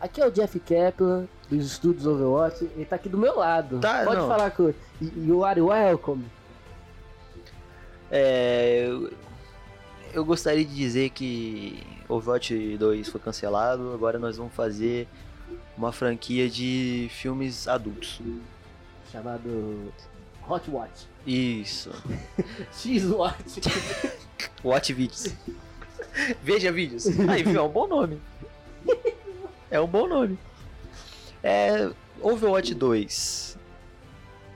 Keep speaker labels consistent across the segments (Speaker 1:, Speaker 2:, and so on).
Speaker 1: Aqui é o Jeff Kepler, dos estúdios Overwatch. Ele tá aqui do meu lado.
Speaker 2: Tá,
Speaker 1: Pode
Speaker 2: não.
Speaker 1: falar com You are welcome.
Speaker 2: É, eu, eu gostaria de dizer que Overwatch 2 foi cancelado, agora nós vamos fazer uma franquia de filmes adultos.
Speaker 1: Chamado Hot Watch.
Speaker 2: Isso.
Speaker 1: X-Watch.
Speaker 2: Watch Videos. Veja vídeos. Aí, viu? É um bom nome. É um bom nome. É, Overwatch 2.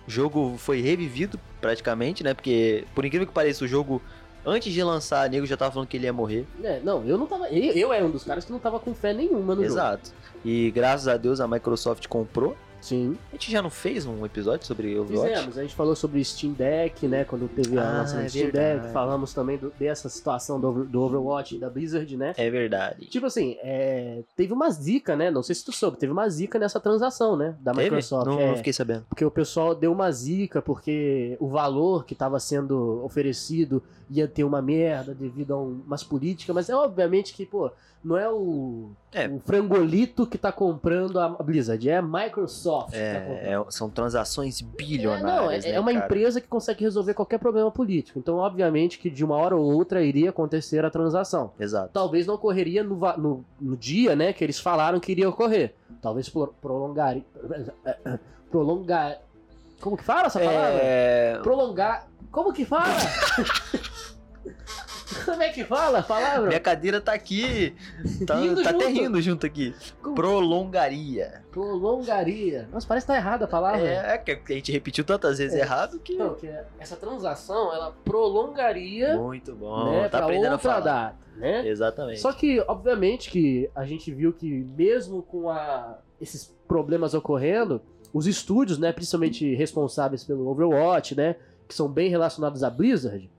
Speaker 2: O jogo foi revivido praticamente, né? Porque, por incrível que pareça, o jogo, antes de lançar, o nego já tava falando que ele ia morrer.
Speaker 1: É, não, eu não tava. Eu, eu era um dos caras que não tava com fé nenhuma no
Speaker 2: Exato. E graças a Deus a Microsoft comprou.
Speaker 1: jogo. Sim.
Speaker 2: A gente já não fez um episódio sobre Overwatch?
Speaker 1: Fizemos, a gente falou sobre o Steam Deck, né? Quando teve a
Speaker 2: Ah,
Speaker 1: lança do
Speaker 2: é
Speaker 1: Steam Deck,
Speaker 2: verdade.
Speaker 1: falamos também do- dessa situação do, Over- do Overwatch e da Blizzard, né?
Speaker 2: É verdade.
Speaker 1: Tipo assim, é, teve uma zica, né? Não sei se tu soube, teve uma zica nessa transação, né? Da
Speaker 2: Teve?
Speaker 1: Microsoft.
Speaker 2: Não,
Speaker 1: é,
Speaker 2: não fiquei sabendo.
Speaker 1: Porque o pessoal deu uma zica, porque o valor que estava sendo oferecido ia ter uma merda devido a um- umas políticas, mas é obviamente que, pô, não é o,
Speaker 2: É.
Speaker 1: o frangolito que tá comprando a Blizzard, é a Microsoft que tá comprando.
Speaker 2: É, é- são transações
Speaker 1: É, não, é,
Speaker 2: bilionárias.
Speaker 1: é
Speaker 2: né,
Speaker 1: uma
Speaker 2: cara?
Speaker 1: empresa que consegue resolver qualquer problema político. Então, obviamente, que de uma hora ou outra iria acontecer a transação
Speaker 2: Exato.
Speaker 1: talvez não ocorreria no, va- no- no dia, né, que eles falaram que iria ocorrer. Talvez pro- prolongar prolongar Como que fala essa palavra?
Speaker 2: É...
Speaker 1: Prolongar. Como que fala? Como é que fala a palavra?
Speaker 2: Minha cadeira tá aqui. Tá,
Speaker 1: Rindo
Speaker 2: tá até
Speaker 1: junto.
Speaker 2: rindo junto aqui.
Speaker 1: Como-
Speaker 2: Prolongaria.
Speaker 1: Prolongaria. Nossa, parece que tá errada a palavra.
Speaker 2: É, é que a gente repetiu tantas vezes
Speaker 1: É.
Speaker 2: errado que.
Speaker 1: Não, que é, essa transação, ela prolongaria,
Speaker 2: Muito bom.
Speaker 1: né,
Speaker 2: tá
Speaker 1: pra
Speaker 2: aprendendo
Speaker 1: outra
Speaker 2: a falar.
Speaker 1: data, né?
Speaker 2: Exatamente.
Speaker 1: Só que, obviamente, que a gente viu que mesmo com a- esses problemas ocorrendo, os estúdios, né, principalmente responsáveis pelo Overwatch, né, que são bem relacionados à Blizzard,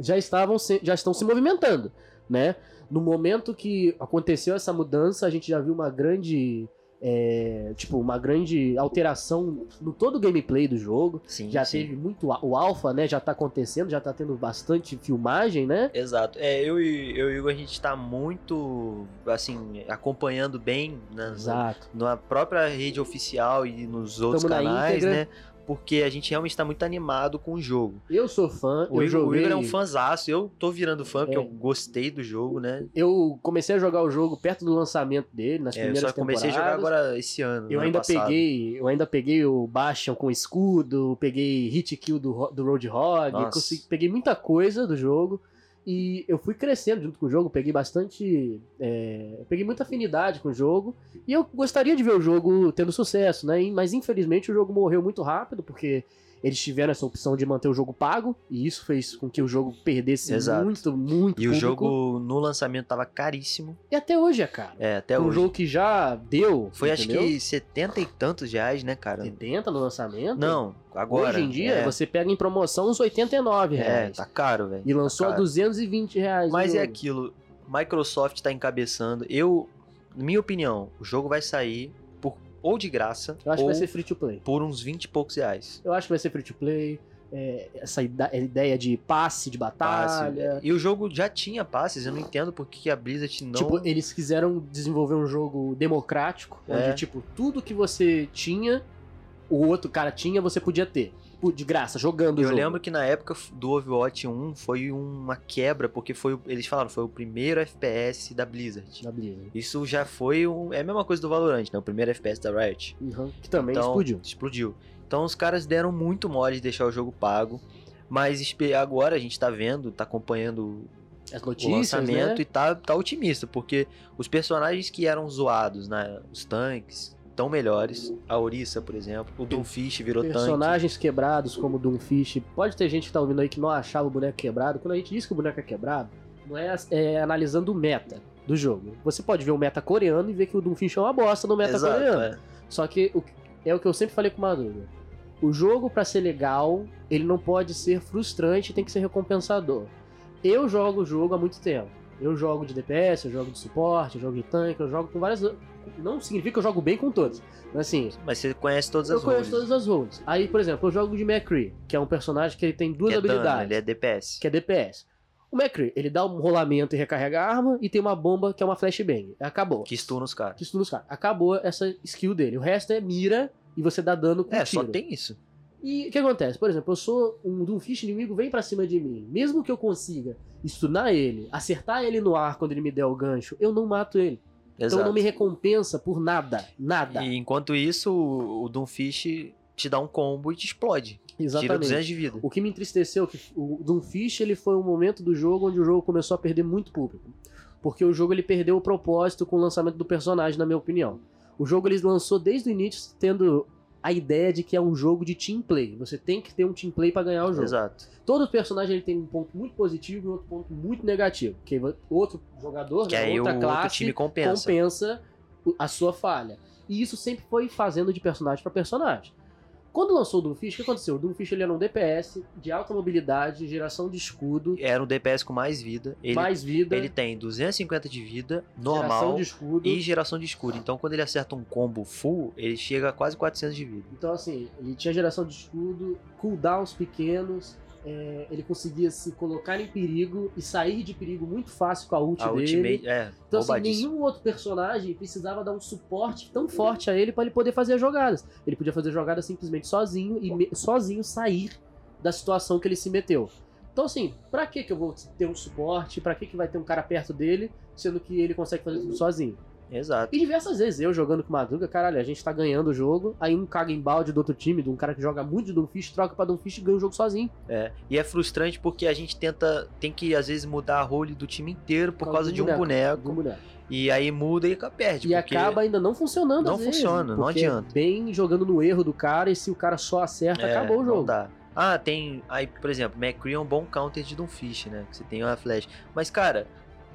Speaker 1: já estavam se- já estão se movimentando, né? No momento que aconteceu essa mudança, a gente já viu uma grande é, tipo, uma grande alteração no todo o gameplay do jogo.
Speaker 2: Sim,
Speaker 1: Já
Speaker 2: sim.
Speaker 1: teve muito a- o alpha, né? Já tá acontecendo, já tá tendo bastante filmagem, né?
Speaker 2: Exato. É, eu e eu e o Igor, a gente tá muito, assim, acompanhando bem nas,
Speaker 1: Exato.
Speaker 2: na própria rede oficial e nos outros
Speaker 1: Tamo na
Speaker 2: canais,
Speaker 1: íntegra.
Speaker 2: né? Porque a gente realmente tá muito animado com o jogo.
Speaker 1: Eu sou fã,
Speaker 2: O
Speaker 1: eu
Speaker 2: Igor, o
Speaker 1: joguei.
Speaker 2: Igor é um fãzaço, eu tô virando fã, porque
Speaker 1: É.
Speaker 2: eu gostei do jogo, né?
Speaker 1: Eu comecei a jogar o jogo perto do lançamento dele, nas
Speaker 2: É, eu
Speaker 1: primeiras
Speaker 2: só comecei a jogar
Speaker 1: temporadas.
Speaker 2: agora esse ano.
Speaker 1: Eu
Speaker 2: ano
Speaker 1: ainda
Speaker 2: passado.
Speaker 1: peguei, eu ainda peguei o Bastion com escudo, peguei hit kill do, Ro- do Roadhog,
Speaker 2: Nossa.
Speaker 1: consegui- peguei muita coisa do jogo e eu fui crescendo junto com o jogo, peguei bastante, é, eu peguei muita afinidade com o jogo e eu gostaria de ver o jogo tendo sucesso, né? E- Mas infelizmente o jogo morreu muito rápido porque eles tiveram essa opção de manter o jogo pago e isso fez com que o jogo perdesse
Speaker 2: Exato.
Speaker 1: muito, muito
Speaker 2: E o
Speaker 1: público.
Speaker 2: jogo no lançamento tava caríssimo.
Speaker 1: e até hoje é caro.
Speaker 2: É, até
Speaker 1: um
Speaker 2: hoje.
Speaker 1: jogo que já deu,
Speaker 2: Foi
Speaker 1: entendeu?
Speaker 2: acho que 70 e tantos reais, né, cara?
Speaker 1: 70 no lançamento.
Speaker 2: Não, agora.
Speaker 1: Hoje em dia,
Speaker 2: é,
Speaker 1: você pega em promoção uns 89
Speaker 2: É,
Speaker 1: reais.
Speaker 2: tá caro, velho.
Speaker 1: E lançou
Speaker 2: tá
Speaker 1: a
Speaker 2: caro.
Speaker 1: 220 reais. o
Speaker 2: Mas é
Speaker 1: jogo.
Speaker 2: aquilo, Microsoft tá encabeçando. Eu, na minha opinião, o jogo vai sair por ou de graça
Speaker 1: Eu acho
Speaker 2: ou
Speaker 1: que vai ser free to play.
Speaker 2: por uns 20 e poucos reais.
Speaker 1: Eu acho que vai ser free to play. é, essa ida- ideia de passe de batalha.
Speaker 2: Passe. Tá, assim, E o jogo já tinha passes, eu não entendo por que que a Blizzard é. não
Speaker 1: Tipo, eles quiseram desenvolver um jogo democrático,
Speaker 2: É.
Speaker 1: onde, tipo, tudo que você tinha, o outro cara tinha, você podia ter. Tipo, De graça, jogando o
Speaker 2: Eu
Speaker 1: jogo.
Speaker 2: lembro que na época do Overwatch 1 foi uma quebra, porque foi, o- eles falaram, foi o primeiro FPS da Blizzard.
Speaker 1: Da Blizzard.
Speaker 2: Isso já foi um, é a mesma coisa do Valorant, né? O primeiro FPS da Riot.
Speaker 1: Uhum, Que também
Speaker 2: Então,
Speaker 1: explodiu.
Speaker 2: Explodiu. Então os caras deram muito mole de deixar o jogo pago, mas espe- agora a gente tá vendo, tá acompanhando
Speaker 1: As
Speaker 2: o
Speaker 1: notícias, né?
Speaker 2: lançamento e tá, tá otimista, porque os personagens que eram zoados, né? Os tanques estão melhores. A Orisa, por exemplo, o Doomfish virou tanque.
Speaker 1: Personagens quebrados como Doomfish. Pode ter gente que tá ouvindo aí que não achava o boneco quebrado. Quando a gente diz que o boneco é quebrado, não é, é, analisando o meta do jogo. Você pode ver o meta coreano e ver que o Doomfinch é uma bosta no meta
Speaker 2: Exato,
Speaker 1: coreano.
Speaker 2: é.
Speaker 1: Só que o- é o que eu sempre falei com o Madruga. O jogo, pra ser legal, ele não pode ser frustrante, tem que ser recompensador. Eu jogo o jogo há muito tempo. Eu jogo de DPS, eu jogo de suporte, eu jogo de tanque, eu jogo com várias. Não significa que eu jogo bem com todos. Mas assim,
Speaker 2: Mas você conhece todas
Speaker 1: eu
Speaker 2: as
Speaker 1: conheço
Speaker 2: rules.
Speaker 1: todas as roles. Aí, por exemplo, eu jogo de McCree, que é um personagem que ele tem duas
Speaker 2: Que é dano,
Speaker 1: habilidades
Speaker 2: ele é DPS.
Speaker 1: que é DPS. O McCree, ele dá um rolamento e recarrega a arma, e tem uma bomba que é uma flashbang. Acabou.
Speaker 2: Que stuna os caras.
Speaker 1: Que estuda os caras. Acabou essa skill dele. O resto é mira e você dá dano com
Speaker 2: É,
Speaker 1: tiro.
Speaker 2: só tem isso.
Speaker 1: E o que acontece? Por exemplo, eu sou um Doomfist inimigo, vem pra cima de mim. Mesmo que eu consiga stunar ele, acertar ele no ar quando ele me der o gancho, eu não mato ele. Então
Speaker 2: Exato.
Speaker 1: não me recompensa por nada. Nada.
Speaker 2: E enquanto isso, o o Doomfish te dá um combo e te explode. Tira
Speaker 1: Exatamente.
Speaker 2: 200 de vida.
Speaker 1: O que me entristeceu é que o Doomfist ele foi um momento do jogo onde o jogo começou a perder muito público. Porque o jogo ele perdeu o propósito com o lançamento do personagem, na minha opinião. O jogo ele lançou desde o início tendo a ideia de que é um jogo de team play. Você tem que ter um team play pra ganhar o jogo.
Speaker 2: Exato.
Speaker 1: Todo personagem ele tem um ponto muito positivo e outro ponto muito negativo. Que aí outro jogador,
Speaker 2: Que
Speaker 1: né,
Speaker 2: aí o
Speaker 1: outra
Speaker 2: outro
Speaker 1: classe,
Speaker 2: time compensa.
Speaker 1: compensa o- a sua falha. E isso sempre foi fazendo de personagem pra personagem. Quando lançou o Doomfist, o que aconteceu? O Doomfist ele era um DPS de alta mobilidade, geração de escudo,
Speaker 2: Era um DPS com mais vida. Ele,
Speaker 1: mais vida,
Speaker 2: ele tem 250 de vida,
Speaker 1: geração
Speaker 2: normal,
Speaker 1: de escudo.
Speaker 2: e geração de escudo. Então quando ele acerta um combo full, ele chega a quase 400 de vida.
Speaker 1: Então, assim, ele tinha geração de escudo, cooldowns pequenos, é, ele conseguia se colocar em perigo e sair de perigo muito fácil com a ult
Speaker 2: A
Speaker 1: dele.
Speaker 2: ultimate, é,
Speaker 1: Então, assim,
Speaker 2: roubadíssimo.
Speaker 1: nenhum outro personagem precisava dar um suporte tão forte a ele pra ele poder fazer as jogadas. Ele podia fazer jogadas simplesmente sozinho e me- sozinho sair da situação que ele se meteu. Então, assim, pra que que eu vou ter um suporte? Pra que que vai ter um cara perto dele, sendo que ele consegue fazer tudo sozinho?
Speaker 2: Exato.
Speaker 1: E diversas vezes eu jogando com o Madruga, caralho, a gente tá ganhando o jogo, aí um caga em balde do outro time, de um cara que joga muito de Doomfist, troca pra Doomfist e ganha o jogo sozinho.
Speaker 2: É. E é frustrante porque a gente tenta. Tem que, às vezes, mudar a role do time inteiro por causa de um boneco.
Speaker 1: de um boneco.
Speaker 2: E aí muda e perde.
Speaker 1: E
Speaker 2: porque
Speaker 1: acaba ainda não funcionando.
Speaker 2: Tipo, não
Speaker 1: às vezes,
Speaker 2: funciona, não
Speaker 1: porque
Speaker 2: adianta.
Speaker 1: é Bem jogando no erro do cara, e se o cara só acerta,
Speaker 2: é,
Speaker 1: acabou o
Speaker 2: não
Speaker 1: jogo.
Speaker 2: dá. Ah, tem. Aí, por exemplo, McCree é um bom counter de Doomfish, né? Que você tem uma flash. Mas, cara,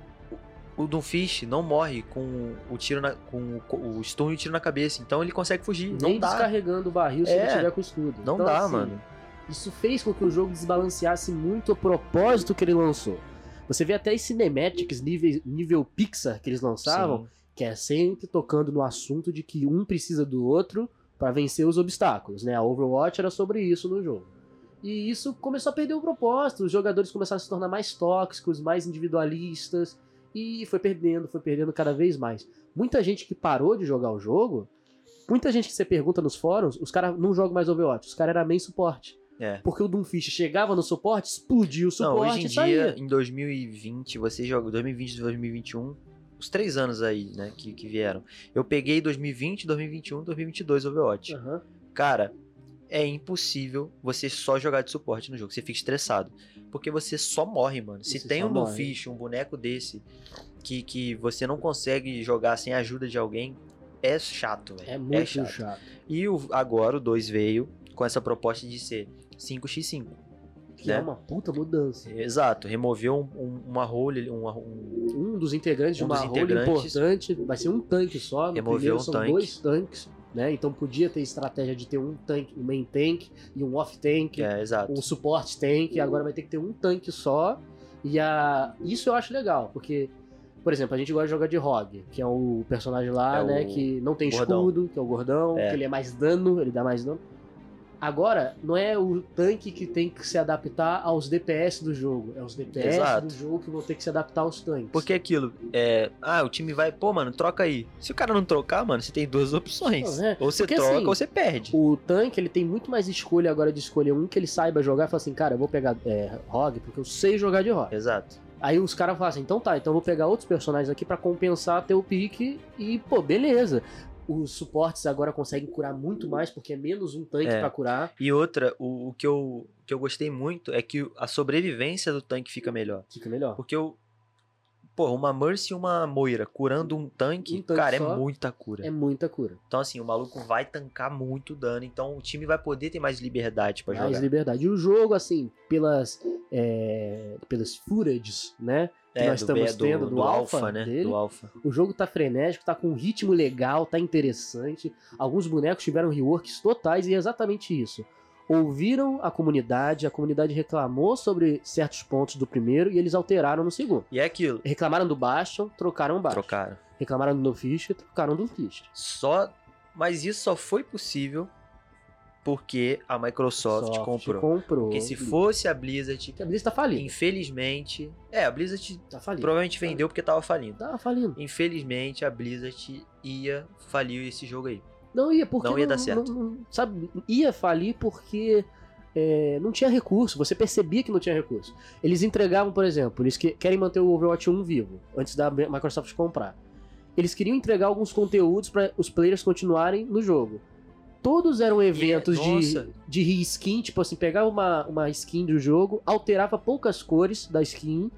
Speaker 2: o o Doomfish não morre com o tiro na. com o co- o stun e o tiro na cabeça. Então ele consegue fugir.
Speaker 1: Nem
Speaker 2: não dá.
Speaker 1: descarregando o barril se
Speaker 2: É.
Speaker 1: não tiver com escudo.
Speaker 2: Não
Speaker 1: Então,
Speaker 2: dá,
Speaker 1: assim,
Speaker 2: mano.
Speaker 1: Isso fez com que o jogo desbalanceasse muito o propósito que ele lançou. Você vê até as cinematics nível, nível Pixar que eles lançavam,
Speaker 2: Sim.
Speaker 1: que é sempre tocando no assunto de que um precisa do outro pra vencer os obstáculos, né? A Overwatch era sobre isso no jogo. E isso começou a perder o propósito, os jogadores começaram a se tornar mais tóxicos, mais individualistas, e foi perdendo, foi perdendo cada vez mais. Muita gente que parou de jogar o jogo, muita gente que você pergunta nos fóruns, os caras não jogam mais Overwatch, os caras eram main suporte.
Speaker 2: É.
Speaker 1: Porque o Doomfist chegava no suporte, explodia o
Speaker 2: Não,
Speaker 1: suporte
Speaker 2: hoje em
Speaker 1: e saía.
Speaker 2: dia, em 2020, você joga 2020 e 2021, os três anos aí, né, que, que vieram. Eu peguei 2020, 2021, 2022 Overwatch.
Speaker 1: Aham.
Speaker 2: Cara, é impossível você só jogar de suporte no jogo. Você fica estressado. Porque você só morre, mano. Se
Speaker 1: Você
Speaker 2: tem
Speaker 1: só
Speaker 2: um
Speaker 1: morre.
Speaker 2: Doomfish, um boneco desse, que, que você não consegue jogar sem a ajuda de alguém, é chato, né? velho.
Speaker 1: É muito chato.
Speaker 2: E o, agora o 2 veio com essa proposta de ser 5x5.
Speaker 1: Que é
Speaker 2: Né?
Speaker 1: uma puta mudança.
Speaker 2: Exato, removeu um- um- uma role, um, um-
Speaker 1: um dos integrantes
Speaker 2: Um
Speaker 1: de uma
Speaker 2: dos
Speaker 1: role
Speaker 2: integrantes.
Speaker 1: importante, vai ser um tanque só, no
Speaker 2: Removeu
Speaker 1: primeiro
Speaker 2: um
Speaker 1: são
Speaker 2: tanque.
Speaker 1: dois tanques, né? Então podia ter estratégia de ter um tanque, um main tank e um off tank,
Speaker 2: é, exato.
Speaker 1: um suporte tank, agora vai ter que ter um tanque só. E a isso eu acho legal, porque por exemplo, a gente gosta de jogar de Rogue, que é o personagem lá,
Speaker 2: É
Speaker 1: né,
Speaker 2: o
Speaker 1: que não tem
Speaker 2: gordão.
Speaker 1: escudo, que é o gordão,
Speaker 2: É.
Speaker 1: que ele é mais dano, ele dá mais dano. Agora, não é o tanque que tem que se adaptar aos DPS do jogo, é os DPS
Speaker 2: Exato.
Speaker 1: do jogo que vão ter que se adaptar aos tanques.
Speaker 2: Porque é aquilo, é. Ah, o time vai, pô, mano, troca aí. Se o cara não trocar, mano, você tem duas opções.
Speaker 1: Não, é.
Speaker 2: Ou você
Speaker 1: Porque,
Speaker 2: troca
Speaker 1: assim,
Speaker 2: ou você perde.
Speaker 1: O tanque, ele tem muito mais escolha agora de escolher um que ele saiba jogar e fala assim, cara, eu vou pegar é, Rogue porque eu sei jogar de Rogue.
Speaker 2: Exato.
Speaker 1: Aí os caras falam assim, então tá, então eu vou pegar outros personagens aqui pra compensar teu pique e, pô, beleza. Os suportes agora conseguem curar muito mais porque é menos um tanque
Speaker 2: É.
Speaker 1: pra curar.
Speaker 2: E outra, o, o que, eu, que eu gostei muito é que a sobrevivência do tanque fica melhor.
Speaker 1: Fica melhor.
Speaker 2: Porque o Pô, uma Mercy e uma Moira curando um tanque,
Speaker 1: Um tanque
Speaker 2: cara,
Speaker 1: só.
Speaker 2: é muita cura.
Speaker 1: É muita cura.
Speaker 2: Então, assim, o maluco vai tancar muito dano. Então, o time vai poder ter mais liberdade pra
Speaker 1: Mais
Speaker 2: jogar.
Speaker 1: liberdade. E o jogo, assim, pelas, é, pelas footages, né? que nós
Speaker 2: É, do
Speaker 1: estamos
Speaker 2: B- do,
Speaker 1: tendo, do
Speaker 2: do Alpha,
Speaker 1: alpha
Speaker 2: né?
Speaker 1: dele.
Speaker 2: Do Alpha.
Speaker 1: O jogo tá frenético, tá com um ritmo legal, tá interessante. Alguns bonecos tiveram reworks totais e é exatamente isso. Ouviram a comunidade, a comunidade reclamou sobre certos pontos do primeiro e eles alteraram no segundo.
Speaker 2: E é aquilo.
Speaker 1: Reclamaram do Bastion, trocaram o Bastion.
Speaker 2: Trocaram.
Speaker 1: Reclamaram do No Fish, trocaram do Fish.
Speaker 2: Só. Mas isso só foi possível porque a Microsoft comprou. Porque se fosse a Blizzard,
Speaker 1: Porque a Blizzard tá falindo.
Speaker 2: infelizmente. É, a Blizzard
Speaker 1: Tá falindo.
Speaker 2: provavelmente vendeu porque tava falindo.
Speaker 1: Tá falindo.
Speaker 2: Infelizmente, a Blizzard ia falir esse jogo aí.
Speaker 1: Não ia, porque.
Speaker 2: Não ia dar certo.
Speaker 1: não- sabe, ia falir porque é, não tinha recurso. Você percebia que não tinha recurso. Eles entregavam, por exemplo, eles que- querem manter o Overwatch 1 vivo, antes da Microsoft comprar. Eles queriam entregar alguns conteúdos para os players continuarem no jogo. Todos eram eventos de,
Speaker 2: é nossa.
Speaker 1: de reskin, tipo assim, pegava uma, uma skin do jogo, alterava poucas cores da skin,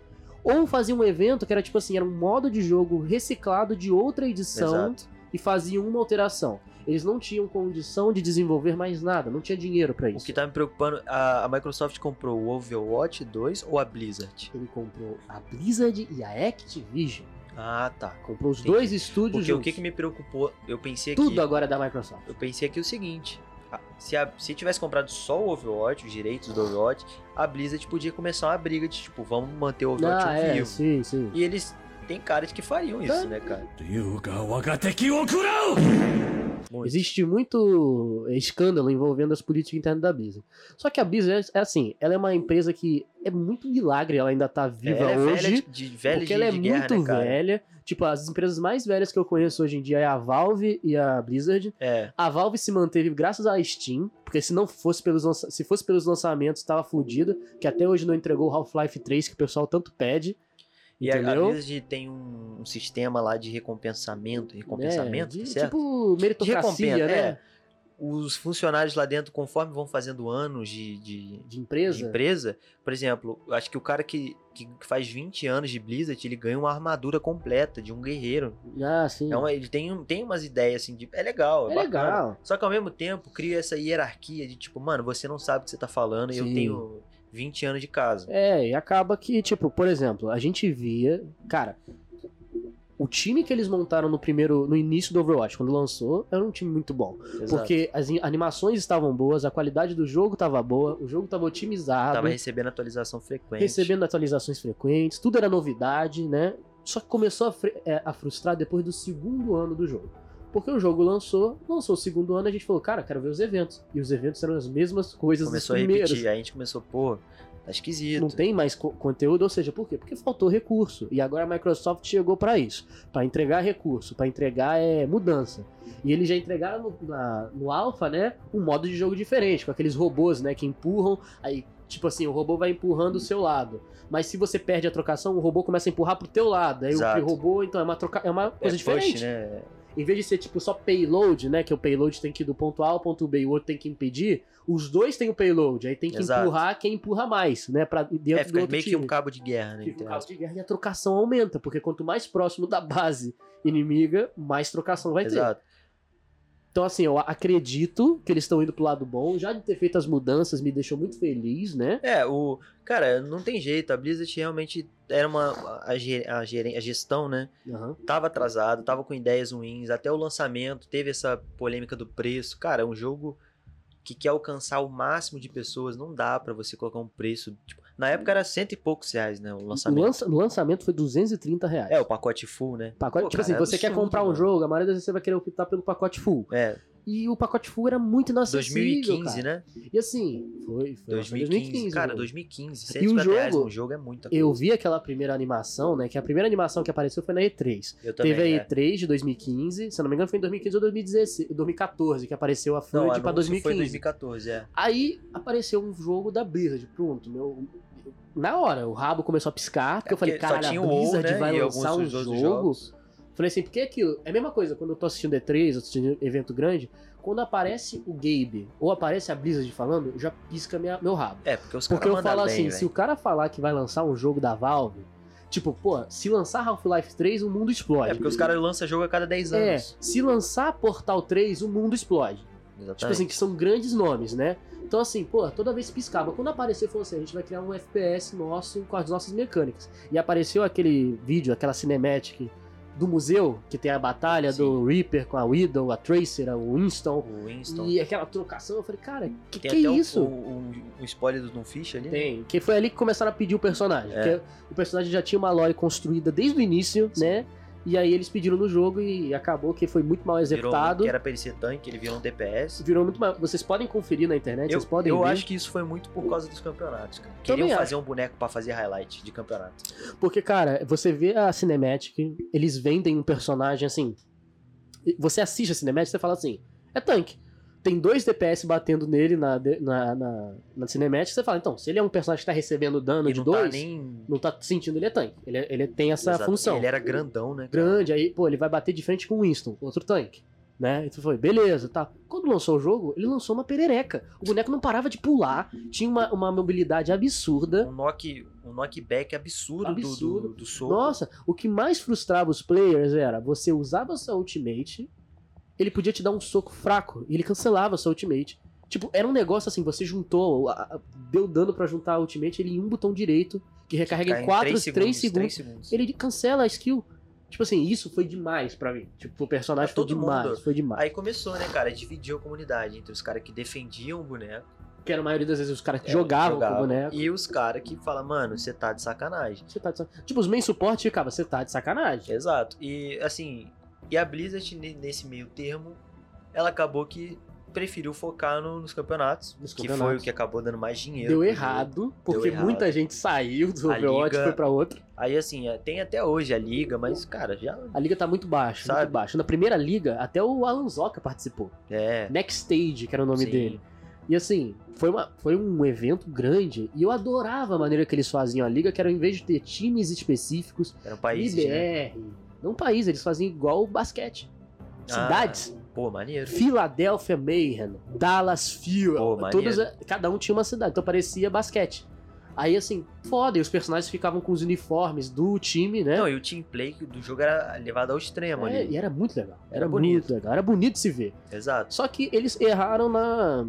Speaker 1: ou fazia um evento que era tipo assim, era um modo de jogo reciclado de outra edição
Speaker 2: Exato.
Speaker 1: e faziam uma alteração. Eles não tinham condição de desenvolver mais nada, não tinha dinheiro pra
Speaker 2: O
Speaker 1: isso.
Speaker 2: que tá me preocupando, a, a Microsoft comprou o Overwatch 2 ou a Blizzard?
Speaker 1: Ele comprou a Blizzard e a Activision.
Speaker 2: Ah, tá.
Speaker 1: Comprou os
Speaker 2: Entendi.
Speaker 1: dois estúdios
Speaker 2: Porque o
Speaker 1: juntos.
Speaker 2: que, que me preocupou, eu pensei
Speaker 1: Tudo
Speaker 2: que.
Speaker 1: agora é da Microsoft.
Speaker 2: Eu pensei aqui o seguinte: a- se, a- se tivesse comprado só o Overwatch, os direitos do Overwatch, a Blizzard podia começar uma briga de tipo, vamos manter o Overwatch
Speaker 1: ah, é,
Speaker 2: vivo.
Speaker 1: sim, sim.
Speaker 2: E eles têm cara de que fariam isso,
Speaker 1: Tá.
Speaker 2: né, cara?
Speaker 3: 竜が若敵を食らう
Speaker 2: Muito.
Speaker 1: Existe muito escândalo envolvendo as políticas internas da Blizzard. Só que a Blizzard é assim, ela é uma empresa que é muito milagre, ela ainda tá
Speaker 2: É,
Speaker 1: viva
Speaker 2: ela é
Speaker 1: hoje.
Speaker 2: velha de, de, velha
Speaker 1: porque
Speaker 2: de,
Speaker 1: ela é
Speaker 2: de guerra,
Speaker 1: muito
Speaker 2: né, cara?
Speaker 1: velha. Tipo, as empresas mais velhas que eu conheço hoje em dia é a Valve e a Blizzard.
Speaker 2: É,
Speaker 1: A Valve se manteve graças à Steam, porque se não fosse pelos lança- se fosse pelos lançamentos, tava fodida, que até hoje não entregou o Half-Life 3 que o pessoal tanto pede.
Speaker 2: e a, a
Speaker 1: Entendeu?
Speaker 2: Blizzard tem um, um sistema lá de recompensamento, recompensamento,
Speaker 1: É, de-
Speaker 2: tá certo?
Speaker 1: Tipo,
Speaker 2: de
Speaker 1: meritocracia,
Speaker 2: recompensa,
Speaker 1: né?
Speaker 2: é. Os funcionários lá dentro, conforme vão fazendo anos de- de,
Speaker 1: De
Speaker 2: de
Speaker 1: empresa.
Speaker 2: empresa, por exemplo, eu acho que o cara que, que faz 20 anos de Blizzard, ele ganha uma armadura completa de um guerreiro.
Speaker 1: Ah, sim.
Speaker 2: Então ele tem, um- tem umas ideias assim de. É legal,
Speaker 1: é
Speaker 2: é, bacana.
Speaker 1: legal.
Speaker 2: Só que ao mesmo tempo cria essa hierarquia de tipo, mano, você não sabe o que você tá falando, e eu
Speaker 1: Sim.
Speaker 2: tenho 20 anos de casa.
Speaker 1: É, e acaba que, tipo, por exemplo, a gente via. Cara, o time que eles montaram no primeiro. no início do Overwatch, quando lançou, era um time muito bom.
Speaker 2: Exato.
Speaker 1: Porque as in- animações estavam boas, a qualidade do jogo tava boa, o jogo tava otimizado.
Speaker 2: Tava recebendo atualização frequente.
Speaker 1: recebendo atualizações frequentes, tudo era novidade, né? Só que começou a, fre- é, a frustrar depois do segundo ano do jogo. Porque o jogo lançou, lançou o segundo ano, a gente falou, cara, quero ver os eventos. E os eventos eram as mesmas coisas
Speaker 2: Começou a
Speaker 1: dos primeiros.
Speaker 2: repetir. Aí a gente começou, pô, tá esquisito.
Speaker 1: Não tem mais co- conteúdo, ou seja, por quê? Porque faltou recurso. E agora a Microsoft chegou pra isso, Pra entregar recurso, pra entregar é, mudança. E eles já entregaram no, na- no Alpha, né, um modo de jogo diferente, com aqueles robôs, né, que empurram, aí tipo assim, o robô vai empurrando o seu lado. Mas se você perde a trocação, o robô começa a empurrar pro teu lado. Aí
Speaker 2: Exato.
Speaker 1: o robô, então é uma troca, é uma coisa
Speaker 2: é
Speaker 1: diferente.
Speaker 2: push, né?
Speaker 1: Em vez de ser tipo só payload, né? Que o payload tem que ir do ponto A ao ponto B e o outro tem que impedir, os dois têm o payload. Aí tem que
Speaker 2: Exato.
Speaker 1: empurrar quem empurra mais, né? Pra dentro
Speaker 2: É,
Speaker 1: do
Speaker 2: fica
Speaker 1: outro
Speaker 2: meio
Speaker 1: time.
Speaker 2: que um cabo de guerra, né?
Speaker 1: Fica um
Speaker 2: entre
Speaker 1: caos de guerra e a trocação aumenta, porque quanto mais próximo da base inimiga, mais trocação vai ter.
Speaker 2: Exato.
Speaker 1: Então, assim, eu acredito que eles estão indo pro lado bom. Já de ter feito as mudanças me deixou muito feliz, né?
Speaker 2: É, o. Cara, não tem jeito. A Blizzard realmente era uma. A, ge- a, geren- a gestão, né?
Speaker 1: Aham.
Speaker 2: Tava atrasado, tava com ideias ruins. Até o lançamento teve essa polêmica do preço. Cara, é um jogo que quer alcançar o máximo de pessoas. Não dá pra você colocar um preço. tipo, na época era cento e poucos reais, né? O
Speaker 1: O
Speaker 2: lançamento.
Speaker 1: lança- o lançamento foi 230 reais.
Speaker 2: É, o pacote full, né?
Speaker 1: Pacote,
Speaker 2: Pô,
Speaker 1: tipo
Speaker 2: cara,
Speaker 1: assim,
Speaker 2: é
Speaker 1: você quer
Speaker 2: absurdo,
Speaker 1: comprar um
Speaker 2: mano.
Speaker 1: jogo, a maioria das vezes você vai querer optar pelo pacote full.
Speaker 2: É,
Speaker 1: E o pacote full era muito inacessível,
Speaker 2: 2015,
Speaker 1: cara.
Speaker 2: né?
Speaker 1: E assim, foi,
Speaker 2: é
Speaker 1: foi
Speaker 2: 2015.
Speaker 1: 2015
Speaker 2: Cara,
Speaker 1: né?
Speaker 2: 2015.
Speaker 1: E o
Speaker 2: 150 reais
Speaker 1: jogo-
Speaker 2: num jogo é muita coisa.
Speaker 1: Eu vi aquela primeira animação, né? Que a primeira animação que apareceu foi na E3.
Speaker 2: Eu também.
Speaker 1: Teve a
Speaker 2: é.
Speaker 1: E3 de 2015, se eu não me engano foi em 2015 ou 2016, 2014 que apareceu a
Speaker 2: Não,
Speaker 1: Fund pra
Speaker 2: anúncio
Speaker 1: 2015.
Speaker 2: foi 2014, é.
Speaker 1: Aí apareceu um jogo da Blizzard, pronto, meu... Na hora, o rabo começou a piscar, porque
Speaker 2: É
Speaker 1: eu falei,
Speaker 2: porque só
Speaker 1: caralho, a
Speaker 2: tinha o WoW,
Speaker 1: Blizzard
Speaker 2: né,
Speaker 1: vai
Speaker 2: e
Speaker 1: lançar um
Speaker 2: alguns dos
Speaker 1: jogo...
Speaker 2: outros jogos.
Speaker 1: Falei assim, porque é aquilo, é a mesma coisa, quando eu tô assistindo E3, assistindo um evento grande, quando aparece o Gabe, ou aparece a Blizzard falando, já pisca minha- meu rabo.
Speaker 2: É, porque os
Speaker 1: Porque
Speaker 2: caras
Speaker 1: eu falo
Speaker 2: mandaram bem,
Speaker 1: assim,
Speaker 2: velho.
Speaker 1: se o cara falar que vai lançar um jogo da Valve, Tipo, pô, se lançar Half-Life 3, o mundo explode.
Speaker 2: É porque os caras lançam jogo a cada 10
Speaker 1: É,
Speaker 2: anos.
Speaker 1: se lançar Portal 3, o mundo explode.
Speaker 2: Exatamente.
Speaker 1: Tipo assim, que são grandes nomes, né? Então, assim, pô, toda vez piscava. Quando aparecer, falou assim: a gente vai criar um FPS nosso com as nossas mecânicas. E apareceu aquele vídeo, aquela cinematic do museu, que tem a batalha do Reaper com a Widow, a Tracer, o Winston.
Speaker 2: o Winston.
Speaker 1: E aquela trocação, eu falei, cara, que
Speaker 2: Tem
Speaker 1: que
Speaker 2: até
Speaker 1: é
Speaker 2: um-
Speaker 1: isso?
Speaker 2: Um, um- um spoiler do Doomfist ali. né?
Speaker 1: Tem. Que foi ali que começaram a pedir o personagem.
Speaker 2: É.
Speaker 1: Porque o personagem já tinha uma lore construída desde o início,
Speaker 2: Sim.
Speaker 1: né? E aí eles pediram no jogo e acabou que foi muito mal
Speaker 2: Virou um
Speaker 1: executado.
Speaker 2: que era pra ele ser tanque, ele virou um DPS.
Speaker 1: Virou muito mal. Vocês podem conferir na internet,
Speaker 2: Eu,
Speaker 1: vocês podem
Speaker 2: eu
Speaker 1: ver.
Speaker 2: acho que isso foi muito por causa dos campeonatos, cara. Queriam
Speaker 1: acho.
Speaker 2: fazer um boneco pra fazer highlight de campeonato.
Speaker 1: Porque, cara, você vê a Cinematic, eles vendem um personagem assim. e Você assiste a Cinematic e você fala assim: é tanque. Tem dois DPS batendo nele na, de- na, na, na Cinematic, você fala, então, se ele é um personagem que tá recebendo dano
Speaker 2: e
Speaker 1: de
Speaker 2: não
Speaker 1: dois,
Speaker 2: tá nem.
Speaker 1: não tá sentindo ele é tanque. Ele, é- ele tem essa
Speaker 2: Exato.
Speaker 1: função.
Speaker 2: Ele era grandão, né? cara?
Speaker 1: grande, aí, pô, ele vai bater de frente com o Winston, outro tanque. Né? E tu foi, beleza, tá. Quando lançou o jogo, ele lançou uma perereca. O boneco não parava de pular, tinha uma, uma mobilidade absurda.
Speaker 2: Um, knock, um knockback absurdo, do-
Speaker 1: Absurdo.
Speaker 2: Do, do, soco.
Speaker 1: Nossa, o que mais frustrava os players era você usava sua ultimate, ele podia te dar um soco fraco e ele cancelava sua ultimate. Tipo, era um negócio assim, você juntou, a- a- deu dano pra juntar a ultimate, ele em um botão direito, que recarrega
Speaker 2: Cai
Speaker 1: em 4,
Speaker 2: três
Speaker 1: 3 segundos,
Speaker 2: três segundos.
Speaker 1: ele cancela a skill. Tipo assim, isso foi demais pra mim. Tipo, o personagem
Speaker 2: Pra
Speaker 1: foi
Speaker 2: É, todo
Speaker 1: demais,
Speaker 2: mundo.
Speaker 1: foi demais.
Speaker 2: Aí começou, né, cara? Dividiu a comunidade entre os caras que defendiam o boneco.
Speaker 1: Porque na maioria das vezes os caras que
Speaker 2: é,
Speaker 1: jogavam, com o boneco.
Speaker 2: E os caras que falam, mano, você tá de sacanagem.
Speaker 1: Você tá de sac... Tipo, os main suporte ficava, você tá de sacanagem.
Speaker 2: Exato. E assim, e a Blizzard ne- nesse meio termo, ela acabou que preferiu focar no- nos campeonatos,
Speaker 1: Nos
Speaker 2: que
Speaker 1: campeonatos.
Speaker 2: foi o que acabou dando mais dinheiro.
Speaker 1: Deu
Speaker 2: pro
Speaker 1: errado, porque
Speaker 2: errado.
Speaker 1: muita gente saiu do
Speaker 2: A
Speaker 1: Overwatch
Speaker 2: liga-
Speaker 1: foi pra outro.
Speaker 2: jogo. Aí assim, é, tem até hoje a liga, mas cara, já
Speaker 1: A liga tá muito baixa,
Speaker 2: Sabe?
Speaker 1: muito baixa. Na primeira liga, até o Alan Zoka participou.
Speaker 2: é.
Speaker 1: Next Stage, que era o nome
Speaker 2: sim.
Speaker 1: dele. E assim, foi, uma, foi um evento grande e eu adorava a maneira que eles faziam a liga, que era ao invés de ter times específicos,
Speaker 2: Era um país, né?
Speaker 1: IBR, é. não país, eles faziam igual o basquete.
Speaker 2: Ah.
Speaker 1: Cidades.
Speaker 2: Pô, maneiro.
Speaker 1: Philadelphia Mayhem, Dallas
Speaker 2: Pô,
Speaker 1: Fuel,
Speaker 2: maneiro.
Speaker 1: todas, cada um tinha uma cidade, então parecia basquete. Aí assim, foda, e os personagens ficavam com os uniformes do time, né?
Speaker 2: Não, e o team play do jogo era levado ao extremo
Speaker 1: É,
Speaker 2: ali.
Speaker 1: e era muito legal. Era,
Speaker 2: Era bonito.
Speaker 1: bonito. legal, era bonito de se ver.
Speaker 2: Exato.
Speaker 1: Só que eles erraram na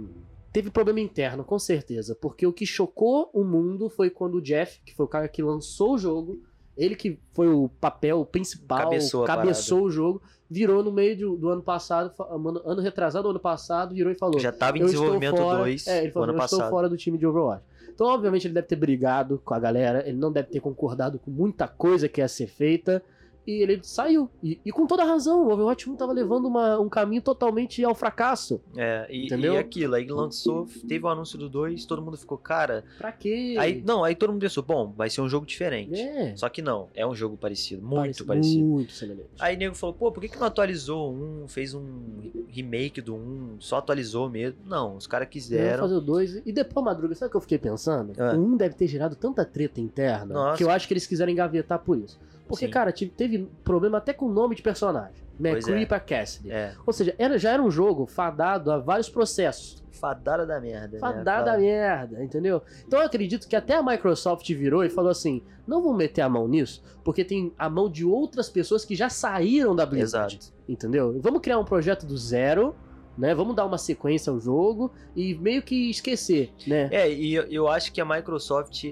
Speaker 1: teve problema interno, com certeza, porque o que chocou o mundo foi quando o Jeff, que foi o cara que lançou o jogo, ele que foi o papel principal,
Speaker 2: Cabeçou a
Speaker 1: cabeçou o jogo, virou no meio um, do, do ano passado, fa- ano, ano retrasado, ano passado, virou e falou:
Speaker 2: Já tava em
Speaker 1: eu estou
Speaker 2: desenvolvimento
Speaker 1: fora.
Speaker 2: 2
Speaker 1: É, ele
Speaker 2: o
Speaker 1: falou,
Speaker 2: ano
Speaker 1: eu estou
Speaker 2: passado.
Speaker 1: fora do time de Overwatch. Então, obviamente, ele deve ter brigado com a galera, ele não deve ter concordado com muita coisa que ia ser feita, e ele saiu. E, e com toda razão, o Overwatch 1 tava levando uma- um caminho totalmente ao fracasso.
Speaker 2: É, e,
Speaker 1: Entendeu?
Speaker 2: e aquilo, aí lançou, teve o anúncio do 2, todo mundo ficou, cara.
Speaker 1: Pra quê?
Speaker 2: Aí, não, aí todo mundo pensou, bom, vai ser um jogo diferente.
Speaker 1: é,
Speaker 2: Só que não, é um jogo parecido, muito
Speaker 1: parece
Speaker 2: parecido.
Speaker 1: Muito semelhante.
Speaker 2: Aí o nego falou, pô, por que, que não atualizou um, fez um re- remake do um, só atualizou mesmo? Não, os caras
Speaker 1: Vamos
Speaker 2: quiseram.
Speaker 1: fazer o 2. E depois, Madruga, sabe o que eu fiquei pensando?
Speaker 2: Ah.
Speaker 1: O 1 deve ter gerado tanta treta interna
Speaker 2: Nossa.
Speaker 1: que eu acho que eles quiseram engavetar por isso. Porque,
Speaker 2: Sim.
Speaker 1: cara, tive- teve problema até com o nome de personagem. Né?
Speaker 2: Pois é.
Speaker 1: Creeper Cassidy.
Speaker 2: É,
Speaker 1: Ou seja, era- já era um jogo fadado a vários processos.
Speaker 2: fadada da merda.
Speaker 1: Fadado
Speaker 2: né?
Speaker 1: a merda, entendeu? Então eu acredito que até a Microsoft virou e falou assim: não vou meter a mão nisso, porque tem a mão de outras pessoas que já saíram da Blizzard.
Speaker 2: Exato.
Speaker 1: Entendeu? Vamos criar um projeto do zero, né? Vamos dar uma sequência ao jogo e meio que esquecer, né?
Speaker 2: É, e eu- eu acho que a Microsoft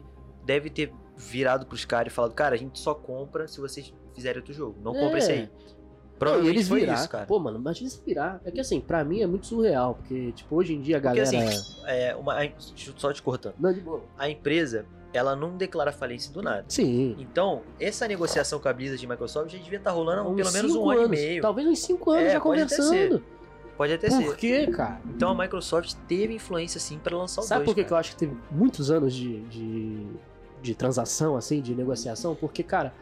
Speaker 2: deve ter virado pros caras e falado, cara, a gente só compra se vocês fizerem outro jogo. Não
Speaker 1: É.
Speaker 2: compra esse aí.
Speaker 1: Não, e
Speaker 2: Provavelmente
Speaker 1: eles
Speaker 2: foi
Speaker 1: virar.
Speaker 2: isso, cara.
Speaker 1: Pô, mano, imagina se virar. É que assim, pra mim é muito surreal, porque, tipo, hoje em dia a
Speaker 2: Porque
Speaker 1: galera.
Speaker 2: assim, é, uma, a- só te cortando.
Speaker 1: Não, de boa.
Speaker 2: A empresa, ela não declara falência do nada.
Speaker 1: Sim.
Speaker 2: Então, essa negociação com a Blizzard e Microsoft já devia estar rolando há
Speaker 1: Uns
Speaker 2: pelo menos
Speaker 1: cinco
Speaker 2: um ano
Speaker 1: anos,
Speaker 2: e meio.
Speaker 1: Talvez uns 5 anos
Speaker 2: É,
Speaker 1: já
Speaker 2: pode até
Speaker 1: conversando.
Speaker 2: Pode até ser.
Speaker 1: Por quê, cara?
Speaker 2: Então a Microsoft teve influência sim pra lançar o
Speaker 1: Sabe
Speaker 2: dois,
Speaker 1: por que, que eu
Speaker 2: cara.
Speaker 1: acho que teve muitos anos de, de, de transação, assim, de negociação? Porque, cara,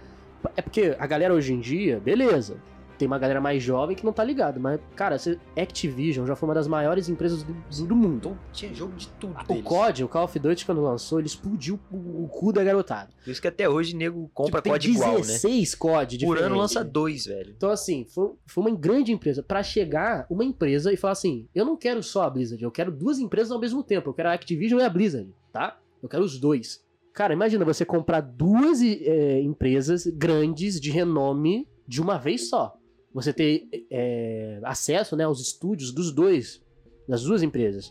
Speaker 1: é porque a galera hoje em dia, beleza, tem uma galera mais jovem que não tá ligada, mas, cara, você- Activision já foi uma das maiores empresas do, do mundo.
Speaker 2: Então tinha jogo de tudo
Speaker 1: O
Speaker 2: deles.
Speaker 1: COD, o Call of Duty, quando lançou, ele explodiu o, o cu da garotada.
Speaker 2: Por isso que até hoje nego compra
Speaker 1: Tipo,
Speaker 2: código
Speaker 1: tem
Speaker 2: igual, né?
Speaker 1: 16 COD
Speaker 2: Por ano
Speaker 1: diferentes.
Speaker 2: lança dois, velho.
Speaker 1: Então, assim, foi, foi uma grande empresa. Pra chegar uma empresa e falar assim: eu não quero só a Blizzard, eu quero duas empresas ao mesmo tempo. Eu quero a Activision e a Blizzard, tá? Eu quero os dois. Cara, imagina você comprar duas é, empresas grandes de renome de uma vez só. Você ter é, acesso né, aos estúdios dos dois, das duas empresas.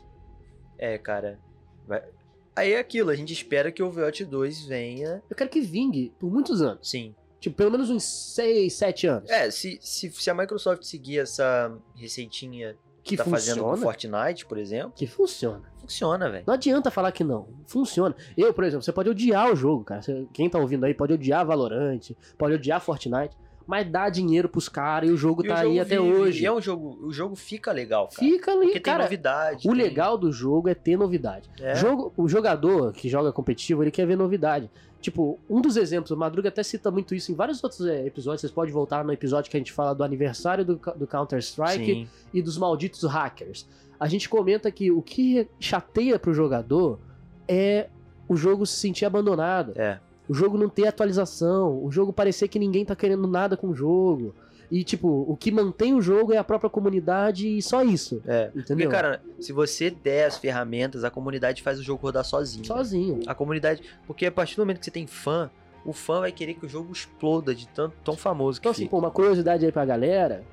Speaker 2: É, cara. vai- Aí é aquilo, a gente espera que o Overwatch 2 venha.
Speaker 1: Eu quero que vingue por muitos anos.
Speaker 2: Sim.
Speaker 1: Tipo, pelo menos uns 6, 7 anos.
Speaker 2: É, se, se, se a Microsoft seguir essa receitinha que
Speaker 1: que
Speaker 2: tá
Speaker 1: funciona.
Speaker 2: fazendo com Fortnite, por exemplo,
Speaker 1: Que funciona.
Speaker 2: funciona, velho.
Speaker 1: Não adianta falar que não. Funciona. Eu, por exemplo, você pode odiar o jogo, cara. Você- quem tá ouvindo aí pode odiar Valorant, pode odiar Fortnite, mas dá dinheiro pros caras e o jogo
Speaker 2: E o
Speaker 1: tá
Speaker 2: jogo
Speaker 1: aí até
Speaker 2: vive,
Speaker 1: hoje.
Speaker 2: E é um jogo, o jogo fica legal, cara.
Speaker 1: Fica ali,
Speaker 2: porque tem
Speaker 1: cara.
Speaker 2: novidade.
Speaker 1: O
Speaker 2: tem-
Speaker 1: legal do jogo é ter novidade.
Speaker 2: É.
Speaker 1: Jogo, o jogador que joga competitivo, ele quer ver novidade. Tipo, um dos exemplos, o Madruga até cita muito isso em vários outros é, episódios. Vocês podem voltar no episódio que a gente fala do aniversário do, Ca- do Counter-Strike
Speaker 2: Sim.
Speaker 1: e dos malditos hackers. A gente comenta que o que chateia pro jogador é o jogo se sentir abandonado.
Speaker 2: É.
Speaker 1: O jogo não ter atualização, o jogo parecer que ninguém tá querendo nada com o jogo. E, tipo, o que mantém o jogo é a própria comunidade e só isso.
Speaker 2: É. Porque,
Speaker 1: Entendeu?
Speaker 2: cara, se você der as ferramentas, a comunidade faz o jogo rodar sozinho.
Speaker 1: Sozinho.
Speaker 2: A comunidade. Porque a partir do momento que você tem fã, o fã vai querer que o jogo exploda de tanto tão famoso que
Speaker 1: Então, assim,
Speaker 2: fica.
Speaker 1: pô, uma curiosidade aí pra galera: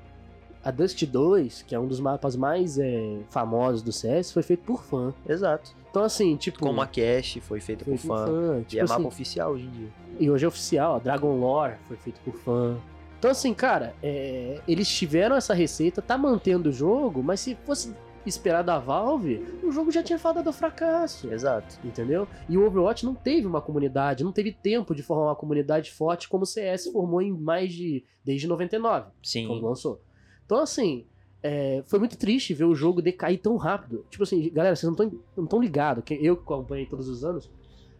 Speaker 1: a Dust 2, que é um dos mapas mais é, famosos do CS, foi feito por fã.
Speaker 2: Exato.
Speaker 1: Então, assim, tipo.
Speaker 2: Como a cache foi feita por
Speaker 1: feito
Speaker 2: fã.
Speaker 1: Tipo
Speaker 2: E é
Speaker 1: assim,
Speaker 2: mapa oficial hoje em dia.
Speaker 1: E hoje é oficial, ó, Dragon Lore foi feito por fã. Então, assim, cara, é, eles tiveram essa receita, tá mantendo o jogo, mas se fosse esperar da Valve, o jogo já tinha falado do fracasso.
Speaker 2: Exato.
Speaker 1: Entendeu? E o Overwatch não teve uma comunidade, não teve tempo de formar uma comunidade forte como o CS formou em mais de. desde 99,
Speaker 2: Sim.
Speaker 1: quando lançou. Então, assim, é, foi muito triste ver o jogo decair tão rápido. Tipo assim, galera, vocês não estão não tão ligados, que eu que acompanhei todos os anos,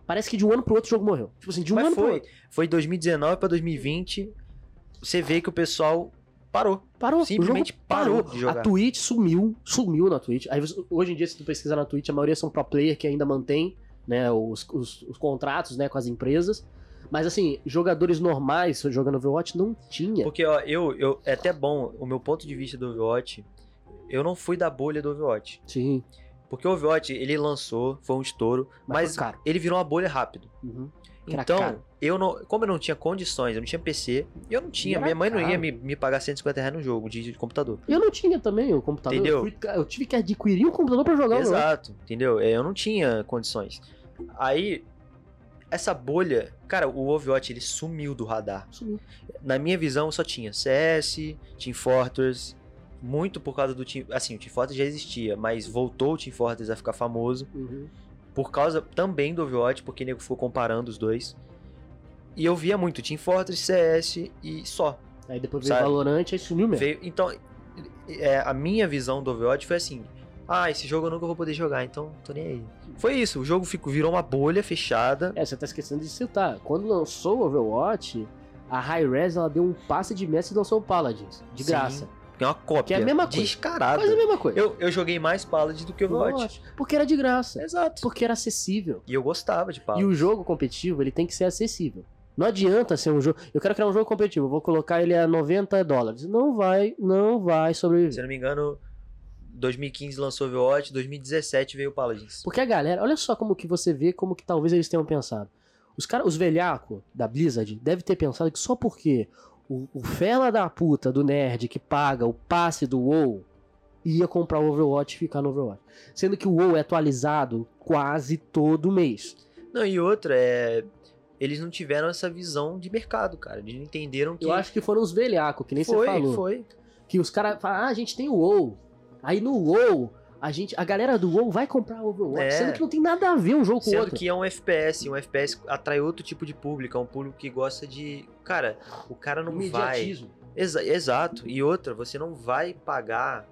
Speaker 1: parece que de um ano pro outro o jogo morreu. Tipo assim, de um
Speaker 2: Mas
Speaker 1: ano pro
Speaker 2: foi.
Speaker 1: outro.
Speaker 2: Foi 2019 pra 2020. Você vê que o pessoal parou.
Speaker 1: Parou,
Speaker 2: Simplesmente
Speaker 1: o jogo
Speaker 2: parou
Speaker 1: parou.
Speaker 2: de jogar.
Speaker 1: A Twitch sumiu, sumiu na Twitch. Aí você- hoje em dia, se tu pesquisar na Twitch, a maioria são pro player que ainda mantém né, os, os- os contratos né, com as empresas. Mas assim, jogadores normais jogando Overwatch não tinha.
Speaker 2: Porque, ó, eu, eu. É até bom, o meu ponto de vista do Overwatch. Eu não fui da bolha do Overwatch.
Speaker 1: Sim,
Speaker 2: Porque o Overwatch, ele lançou, foi um estouro,
Speaker 1: mas,
Speaker 2: mas,
Speaker 1: foi caro.
Speaker 2: ele virou uma bolha rápido.
Speaker 1: Uhum. Era
Speaker 2: Então,
Speaker 1: caro.
Speaker 2: eu não, como eu não tinha condições, eu não tinha PC, eu não tinha,
Speaker 1: Era
Speaker 2: minha mãe não
Speaker 1: caro.
Speaker 2: ia me, me pagar 150 reais no jogo de, de computador.
Speaker 1: Eu não tinha também o computador.
Speaker 2: Entendeu?
Speaker 1: Eu, fui- eu tive que adquirir um computador pra jogar o Overwatch.
Speaker 2: Exato, entendeu? É, Eu não tinha condições. Aí, essa bolha, cara, o Overwatch ele sumiu do radar.
Speaker 1: Sumiu.
Speaker 2: Na minha visão, só tinha CS, Team Fortress, muito por causa do Team. Assim, o Team Fortress já existia, mas voltou o Team Fortress a ficar famoso.
Speaker 1: Uhum.
Speaker 2: Por causa também do Overwatch, porque nego ficou comparando os dois. E eu via muito Team Fortress, CS e só.
Speaker 1: Aí depois veio o
Speaker 2: Sabe?
Speaker 1: Valorant, aí sumiu mesmo.
Speaker 2: Veio- então, é, a minha visão do Overwatch foi assim: ah, esse jogo eu nunca vou poder jogar, então tô nem aí. Foi isso, o jogo ficou, virou uma bolha fechada.
Speaker 1: É, você tá esquecendo de citar. Quando lançou o Overwatch, a Hi-Rez ela deu um passe de mestre e lançou o Paladins. De
Speaker 2: Sim.
Speaker 1: graça.
Speaker 2: É uma cópia.
Speaker 1: Que é a mesma coisa.
Speaker 2: Descarada.
Speaker 1: Quase a mesma coisa.
Speaker 2: Eu, É eu joguei mais Paladins do que Overwatch.
Speaker 1: Overwatch. Porque era de graça.
Speaker 2: Exato.
Speaker 1: Porque era acessível.
Speaker 2: E eu gostava de
Speaker 1: E
Speaker 2: Paladins.
Speaker 1: o jogo competitivo, ele tem que ser acessível. Não adianta ser um jogo. Eu quero criar um jogo competitivo, eu vou colocar ele a 90 dólares. Não vai, não vai
Speaker 2: Se eu
Speaker 1: sobreviver.
Speaker 2: não me engano, 2015 lançou Overwatch, 2017 veio Paladins.
Speaker 1: Porque a galera, olha só como que você vê, como que talvez eles tenham pensado. Os cara, os velhaco da Blizzard deve ter pensado que só porque o, o fela da puta do nerd que paga o passe do WoW ia comprar o Overwatch e ficar no Overwatch. Sendo que o WoW é atualizado quase todo mês.
Speaker 2: Não, e outra é. Eles não tiveram essa visão de mercado, cara. Eles não entenderam que.
Speaker 1: Eu acho que foram os velhacos, que nem
Speaker 2: foi,
Speaker 1: você falou.
Speaker 2: foi.
Speaker 1: Que os caras falam, ah, a gente tem o WoW. Aí no WoW, a, gente, a galera do WoW vai comprar o Overwatch.
Speaker 2: É.
Speaker 1: Sendo que não tem nada a ver um jogo com o
Speaker 2: Sendo
Speaker 1: outro.
Speaker 2: que é um FPS, um FPS atrai outro tipo de público, é um público que gosta de. Cara, o cara não vai.
Speaker 1: Imediatismo.
Speaker 2: Exa- exato. E outra, você não vai pagar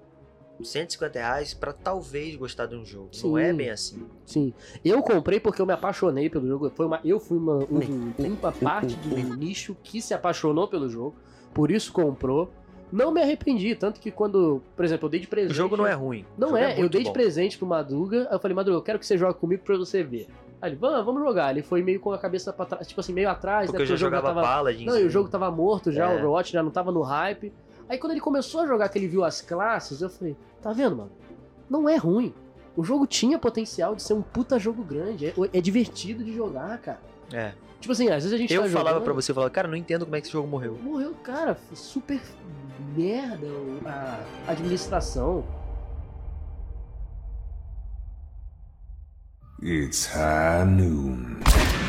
Speaker 2: 150 reais pra talvez gostar de um jogo. Não é
Speaker 1: Sim.
Speaker 2: bem assim.
Speaker 1: Sim. Eu comprei porque eu me apaixonei pelo jogo. Foi uma, eu fui uma, um- uma parte do nicho que se apaixonou pelo jogo. Por isso comprou. Não me arrependi. Tanto que quando, por exemplo, eu dei de
Speaker 2: O
Speaker 1: presente.
Speaker 2: jogo não é ruim. O
Speaker 1: Não
Speaker 2: jogo
Speaker 1: é, eu
Speaker 2: muito
Speaker 1: dei de
Speaker 2: bom.
Speaker 1: presente pro Madruga. Aí eu falei, Madruga, eu quero que você jogue comigo pra você ver. Aí ele, vamos, vamos jogar. Ele foi meio com a cabeça pra trás, tipo assim, meio atrás,
Speaker 2: Porque
Speaker 1: né?
Speaker 2: eu já
Speaker 1: o jogo
Speaker 2: jogava
Speaker 1: tava
Speaker 2: Paladins. né?
Speaker 1: Não, e o jogo tava morto já,
Speaker 2: É.
Speaker 1: o Overwatch já não tava no hype. Aí quando ele começou a jogar, que ele viu as classes, eu falei, tá vendo, mano? Não é ruim. O jogo tinha potencial de ser um puta jogo grande. É, é divertido de jogar, cara.
Speaker 2: É.
Speaker 1: Tipo assim, às vezes a gente
Speaker 2: Eu
Speaker 1: tá
Speaker 2: falava
Speaker 1: jogando,
Speaker 2: pra você, eu falava, cara, não entendo como é que esse jogo morreu.
Speaker 1: Morreu, cara, foi super merda o- a administração.
Speaker 4: It's high noon.